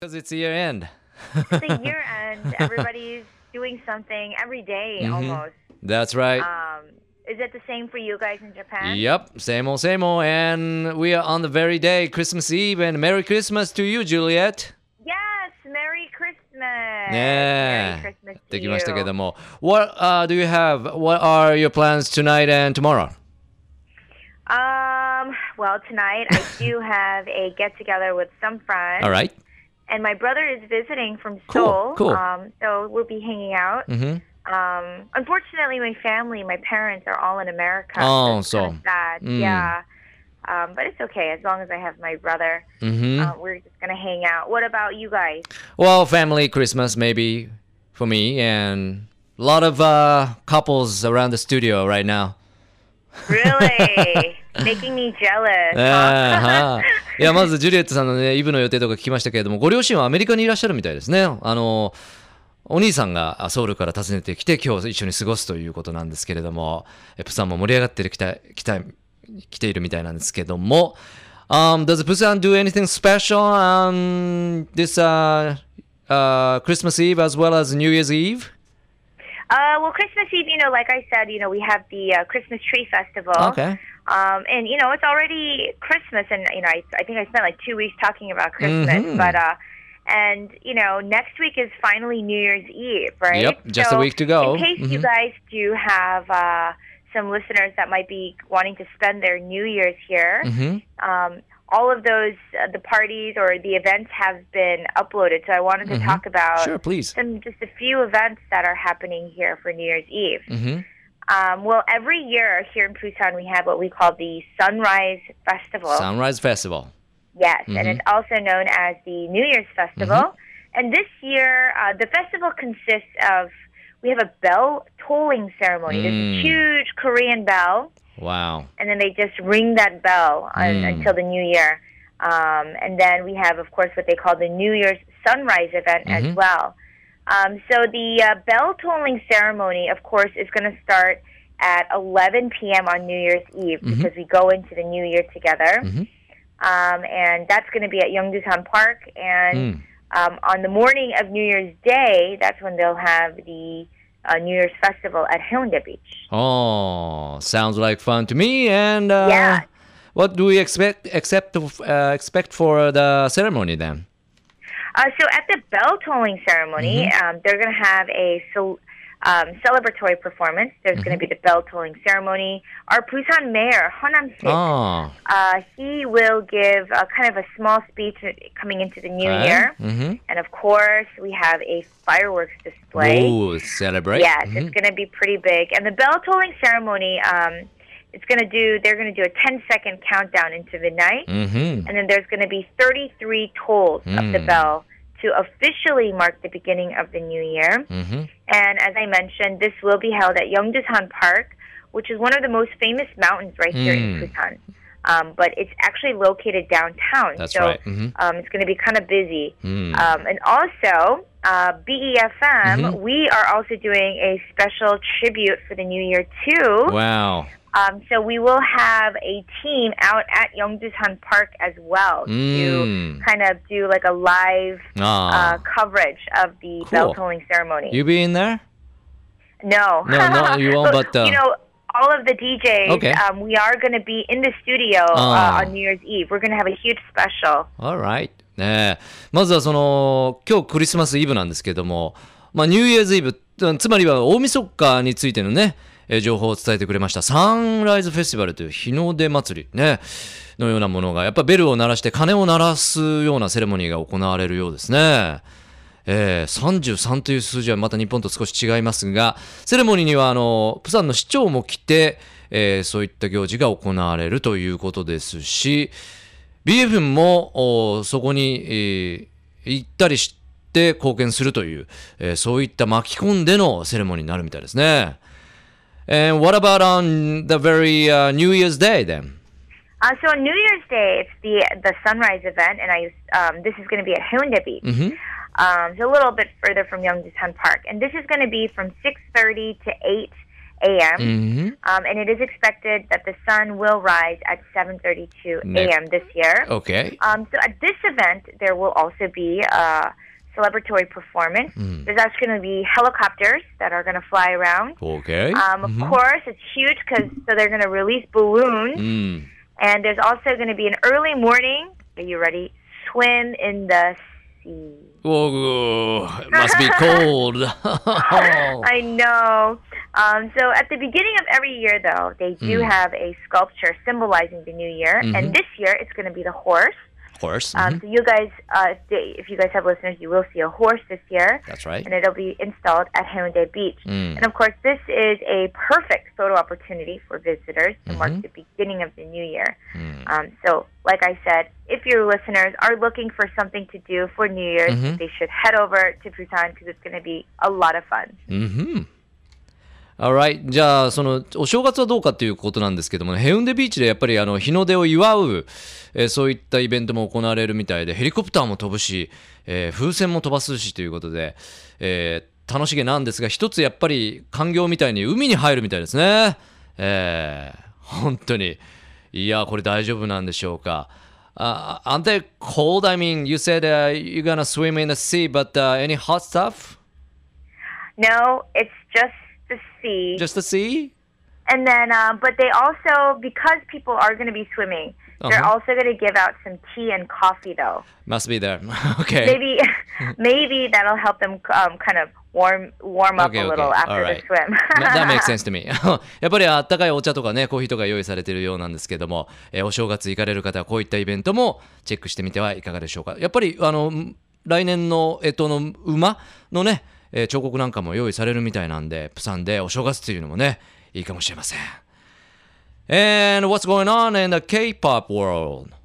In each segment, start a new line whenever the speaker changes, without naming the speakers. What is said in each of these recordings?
because it's year end.
It's the year end. Everybody's doing something every day
Mm-hmm.
almost.
That's right.
Um, is it the same for you guys in Japan?
Yep, same old, same old. And we are on the very day, Christmas Eve. And Merry Christmas to you, Juliet.
Yes. Merry Christmas. Merry
ね
Christmas
え
to
できましたけ
you.
ども。What、uh, do you have? What are your plans tonight and tomorrow?
Um, well, tonight I do have a get together with some friends.
All right.
And my brother is visiting from
Cool,
Seoul.
cool.
Um, so we'll be hanging out.
Mhm.
Um, unfortunately, my family, my parents are all in America.
Oh,
it's
so.
kinda sad.
Mm.
Yeah. Um, but it's okay as long as I have my brother.
Mhm.
Uh, we're just gonna hang out. What about you guys?
Well, family Christmas maybe for me and a lot of uh, couples around the studio right now.
Really? Making me jealous.
ええ
huh?
はい。いや、まずジュリエットさんのね、イブの予定とか聞きましたけれども、ご両親はアメリカにいらっしゃるみたいですね。あの、お兄さんがあソウルから訪ねてきて、今日一緒に過ごすということなんですけれども、えプさんも盛り上がってる、来た、来た、来ているみたいなんですけども、um, does Busan do anything special on this uh, uh, Christmas Eve as well as New Year's Eve?
Uh, well, Christmas Eve, you know, like I said, you know, we have the uh, Christmas tree festival.
Okay.
Um, and you know, it's already Christmas, and you know, I, I think I spent like two weeks talking about Christmas,
Mhm.
but uh, and you know, next week is finally New Year's Eve, right?
Yep, just a
So,
week to go.
In case you
Mhm.
guys do have uh, some listeners that might be wanting to spend their New Year's here,
Mhm.
um, all of those uh, the parties or the events have been uploaded. So I wanted to
Mhm.
talk about
Sure, please.
some just a few events that are happening here for New Year's Eve.
Mhm.
Um, well, every year here in Busan, we have what we call the Sunrise Festival.
Sunrise Festival.
yes,
Mhm.
and it's also known as the New Year's Festival. And this year, uh, the festival consists of we have a bell tolling ceremony. There's
Mm.
a huge Korean bell,
Wow.
and then they just ring that bell on,
Mm.
until the New Year. Um, and then we have, of course, what they call the New Year's Sunrise event
Mhm.
as well. Um, so the uh, bell tolling ceremony, of course, is going to start at 11 p.m. on New Year's Eve
Mhm.
because we go into the New Year together.
Mhm.
Um, and that's going to be at Yeongdusan Park. And
Mm.
um, on the morning of New Year's Day, that's when they'll have the uh, New Year's Festival at Haeundae Beach.
Oh, sounds like fun to me. And uh,
Yeah.
what do we expect except uh, expect for the ceremony then?
Uh, so at the bell tolling ceremony,
Mm-hmm.
um, they're going to have a cel- um, celebratory performance. There's going
Mm-hmm.
to be the bell tolling ceremony. Our Busan mayor, Honam Sik,
Oh,
uh, he will give uh, kind of a small speech coming into the new year.
Mm-hmm.
And of course, we have a fireworks display.
Ooh, celebrate.
Yes,
Mhm.
it's going to be pretty big. And the bell tolling ceremony, um, it's going to do, they're going to do a 10 second countdown into midnight.
Mhm.
And then there's going to be 33 tolls of the
Mm.
bell to officially mark the beginning of the new year.
Mhm.
And as I mentioned, this will be held at Yeongdusan Park, which is one of the most famous mountains right here in
Mm.
Busan. Um, but it's actually located downtown.
That's
so
right. Mhm.
um, it's going to be kind of busy.
Mm.
Um, and also, uh, BEFM,
Mhm.
we are also doing a special tribute for the new year, too.
Wow.
Um, so we will have a team out at Yeongdusan Park as well
Mm.
to kind of do like a live
Ah.
uh, coverage of the
Cool.
bell tolling ceremony.
you be in there?
no,
No, no, you won't, but, uh,
you know. All of the DJs,
Okay.
um, we are going to be in the studio
Ah.
uh, on New Year's Eve. We're going to have a huge special.
Alright. ねえ。まずはその、今日クリスマスイブなんですけども、まあ、ニューイヤーズイブ、うんつまりは大晦日についてのね、えー情報を伝えてくれました。サンライズフェスティバルという日の出祭りね、のようなものが、やっぱベルを鳴らして鐘を鳴らすようなセレモニーが行われるようですね。えー、33という数字はまた日本と少し違いますが、セレモニーには、あの、プサンの市長も来て、えーそういった行事が行われるということですし、BF もおそこに、えー行ったりして貢献するという、えーそういった巻き込んでのセレモニーになるみたいですね。And what about on the very、uh, New Year's Day then?
Uh, so on New Year's Day, it's the the sunrise event, and I um, this is going to be at Haeundae Beach.
Mhm.
Um, it's a little bit further from Yeongdusan Park, and this is going to be from 6:30 to 8, a.m.
うん。
Um, and it is expected that the sun will rise at 7:32
Ne-
a.m. this
Oh.
year.
Okay.
Um, so at this event, there will also be a celebratory performance. There's actually going to be helicopters that are going to fly around.
Okay.
Um, of
Mm-hmm.
course, it's huge because so they're going to release balloons,
うん。
and there's also going to be an early morning. Are you ready? Swim in the sea.
Oh, must be cold. Oh.
I know. Um, so at the beginning of every year, though, they do
Mm.
have a sculpture symbolizing the new year,
Mm-hmm.
and this year it's going to be the horse.
Horse. Mhm.
Um, So you guys, uh, if, they, if you guys have listeners, you will see a horse this year,
That's right.
and it'll be installed at Haeundae Beach.
Mm.
And of course, this is a perfect photo opportunity for visitors
Mm-hmm.
to mark the beginning of the new year.
Mm.
Um, so, like I said, if your listeners are looking for something to do for New Year's,
Mm-hmm.
they should head over to Busan because it's going to be a lot of fun.
Alright. じゃあ、その、お正月はどうかということなんですけどもね、ヘウンデビーチでやっぱりあの、日の出を祝う、えーそういったイベントも行われるみたいで、ヘリコプターも飛ぶし、えー風船も飛ばすしということで、えー楽しげなんですが、一つやっぱり、官業みたいに海に入るみたいですね。えー本当に。いや、これ大丈夫なんでしょうか。あ aren't they cold? I mean, you said、you're gonna swim in the sea, but、any hot stuff?
No, it's just the sea.
Just the sea?
And then, um, but they also, because people are going to be swimming, they're
Uh-huh.
also going to give out some tea and coffee, though.
Must be there. okay.
Maybe, maybe that'll help them um, kind of warm warm up
Okay,
a
okay.
little after
Alright.
the swim.
That that makes sense to me. やっぱりあったかいお茶とかね、コーヒーとか用意されてるようなんですけども、えーお正月行かれる方はこういったイベントもチェックしてみてはいかがでしょうか。やっぱり、あの、来年の干支の馬のね、えー彫刻なんかも用意されるみたいなんで、プサンでお正月というのもね、いいかもしれません。And what's going on in the K-pop world?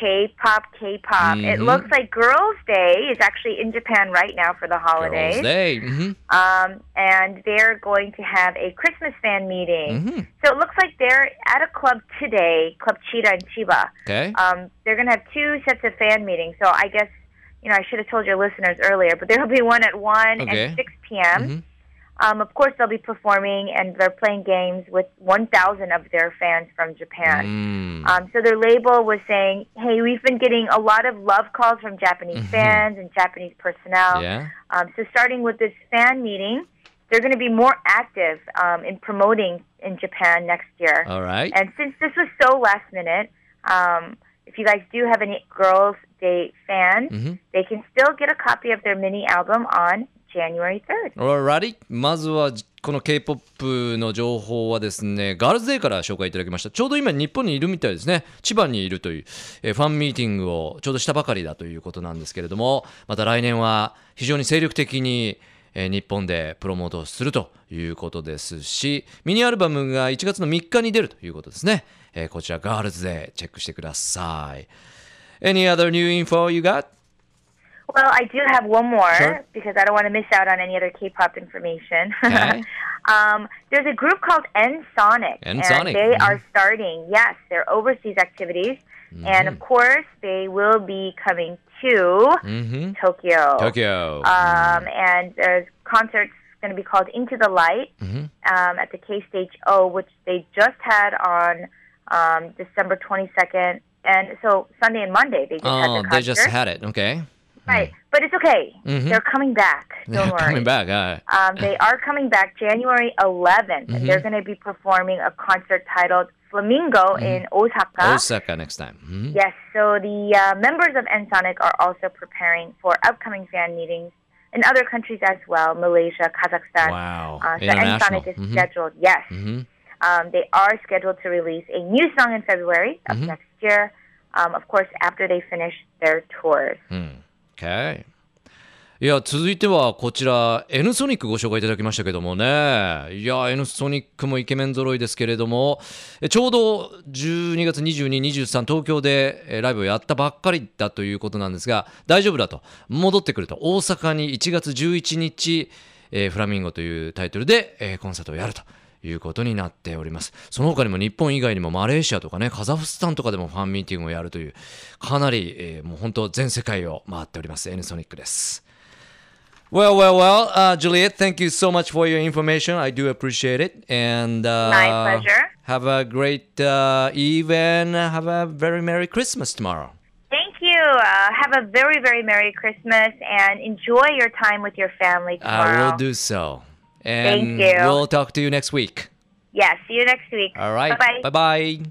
K-pop, K-pop.
Mm-hmm.
It looks like Girls' Day is actually in Japan right now for the holidays.
Girls' Day. うんふん
Um, and they're going to have a Christmas fan
Mm-hmm.
meeting. So it looks like they're at a club today, Club Cheetah in Chiba.
Okay.
Um, they're going to have two sets of fan meetings. So I guess, you know, I should have told your listeners earlier, but there will be one at 1
Okay. Mm-hmm.
and 6 p.m. Um, of course, they'll be performing and they're playing games with 1,000 of their fans from Japan.
Mm. うん。
Um, so their label was saying, hey, we've been getting a lot of love calls from Japanese fans and Japanese personnel.
Mm-hmm. Yeah.
Um, so starting with this fan meeting, they're going to be more active um, in promoting in Japan next year.
All right.
And since this was so last minute, um, if you guys do have any Girls Day fan,
Mm-hmm.
they can still get a copy of their mini album on January 3rd.
Alrighty. まずはこの K-POP の情報はですね、ガールズデーから紹介いただきました。ちょうど今日本にいるみたいですね。千葉にいるという、えーファンミーティングをちょうどしたばかりだということなんですけれども、また来年は非常に精力的に、えー日本でプロモートをするということですし、ミニアルバムが1月の3日に出るということですね。えーこちらガールズデーチェックしてください。Any other new info you got?
Well, I do have one more
Sure.
because I don't want to miss out on any other K-pop information.
Okay.
um, there's a group called N-Sonic,
NSonic,
and they
mhm.
are starting, yes, their overseas activities,
Mm-hmm.
and of course they will be coming to
うんふん
Tokyo.
Mm-hmm. Tokyo.
Um, and there's concerts going to be called Into the Light
Mm-hmm.
um, at the K Stage O, which they just had on um, December 22nd, and so Sunday and Monday they just had
Oh,
the concert.
they just had it. Okay.
Right, but it's okay. They're coming back. Don't worry.
Coming back. Uh,
Um, they are coming back January 11th.
Mm-hmm.
and They're going to be performing a concert titled Flamingo in Osaka.
Mm-hmm. Osaka next time. Hmm?
Yes, so the uh, members of NSonic are also preparing for upcoming fan meetings in other countries as well Malaysia, Kazakhstan.
Wow.
Uh, so
International.
NSonic is
Mhm.
scheduled, yes. Um, they are scheduled to release a new song in February
Mm-hmm.
of next year, um, of course, after they finish their tours.
Mm. Okay. いや続いてはこちら N ソニックご紹介いただきましたけどもねいや N ソニックもイケメン揃いですけれどもえちょうど12月2223東京でえライブをやったばっかりだということなんですが大丈夫だと戻ってくると大阪に1月11日、えーフラミンゴというタイトルで、えーコンサートをやるということになっておりますその他にも日本以外にもマレーシアとかねカザフスタンとかでもファンミーティングをやるというかなり、えーもう本当全世界を回っております N ソニックです Well, well, well, uh, Juliet, thank you so much for your information. I do appreciate it. And uh,
My pleasure.
Have a great uh, eve and have a very Merry Christmas tomorrow.
Thank you. Uh, have a very, very Merry Christmas and enjoy your time with your family tomorrow.
I will do so. And
Thank you.
we'll talk to you next week.
Yeah, see you next week.
All right.
Bye-bye.
Bye bye.